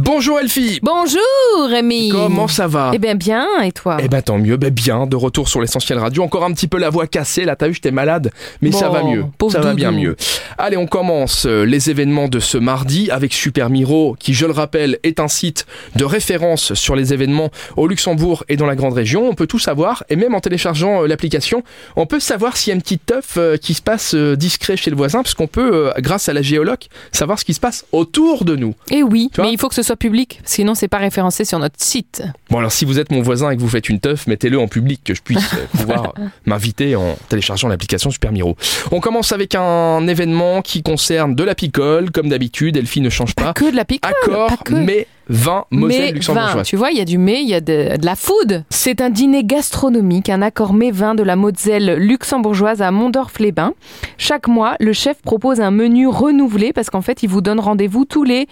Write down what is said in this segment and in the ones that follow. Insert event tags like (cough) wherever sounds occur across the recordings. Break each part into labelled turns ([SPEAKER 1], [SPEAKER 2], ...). [SPEAKER 1] Bonjour Elfie
[SPEAKER 2] Bonjour Rémi
[SPEAKER 1] Comment ça va
[SPEAKER 2] Eh bien bien, et toi
[SPEAKER 1] Eh ben tant mieux, ben bien, de retour sur l'essentiel radio, encore un petit peu la voix cassée, là t'as vu j'étais malade, mais
[SPEAKER 2] Bon,
[SPEAKER 1] ça va mieux,
[SPEAKER 2] pauvre
[SPEAKER 1] ça va bien
[SPEAKER 2] doudou.
[SPEAKER 1] mieux. Allez on commence euh, les événements de ce mardi avec Super Miro qui je le rappelle est un site de référence sur les événements au Luxembourg et dans la grande région, on peut tout savoir et même en téléchargeant euh, l'application on peut savoir s'il y a une petite teuf euh, qui se passe euh, discret chez le voisin parce qu'on peut euh, grâce à la géoloc savoir ce qui se passe autour de nous.
[SPEAKER 2] Eh oui,
[SPEAKER 1] Tu vois
[SPEAKER 2] mais il faut que ce soit public, sinon c'est pas référencé sur notre site.
[SPEAKER 1] Bon alors si vous êtes mon voisin et que vous faites une teuf, mettez-le en public que je puisse
[SPEAKER 2] (laughs)
[SPEAKER 1] euh, pouvoir m'inviter en téléchargeant l'application Super Miro. On commence avec un événement qui concerne de la picole, comme d'habitude, Elfie ne change
[SPEAKER 2] Pas
[SPEAKER 1] pas.
[SPEAKER 2] que de la picole, pas
[SPEAKER 1] Accord
[SPEAKER 2] que.
[SPEAKER 1] mai 20
[SPEAKER 2] mais
[SPEAKER 1] Moselle
[SPEAKER 2] 20,
[SPEAKER 1] luxembourgeoise.
[SPEAKER 2] tu vois, il y a du mai, il y a de, de la food. C'est un dîner gastronomique, un accord mai 20 de la Moselle luxembourgeoise à Mondorf-les-Bains. Chaque mois, le chef propose un menu renouvelé parce qu'en fait, il vous donne rendez-vous tous les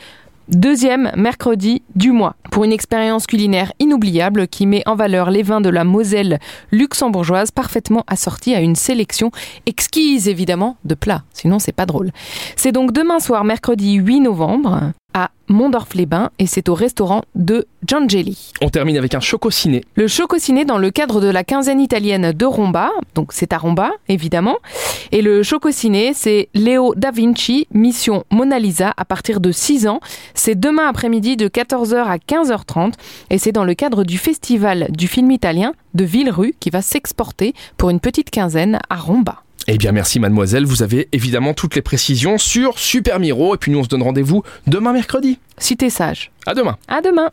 [SPEAKER 2] deuxièmes mercredis du mois pour une expérience culinaire inoubliable qui met en valeur les vins de la Moselle luxembourgeoise parfaitement assortis à une sélection exquise évidemment de plats, sinon c'est pas drôle. C'est donc demain soir, mercredi 8 novembre, à Mondorf-les-Bains, et c'est au restaurant de Giangeli.
[SPEAKER 1] On termine avec un chocociné.
[SPEAKER 2] Le Chocociné dans le cadre de la quinzaine italienne de Romba, donc c'est à Romba évidemment, et le Chocociné c'est Léo da Vinci, mission Mona Lisa à partir de 6 ans, c'est demain après-midi de 14h à 15h30 et c'est dans le cadre du festival du film italien de Villerue qui va s'exporter pour une petite quinzaine à Romba.
[SPEAKER 1] Eh bien merci mademoiselle, vous avez évidemment toutes les précisions sur Super Miro et puis nous on se donne rendez-vous demain mercredi.
[SPEAKER 2] Si t'es sage.
[SPEAKER 1] À demain.
[SPEAKER 2] À demain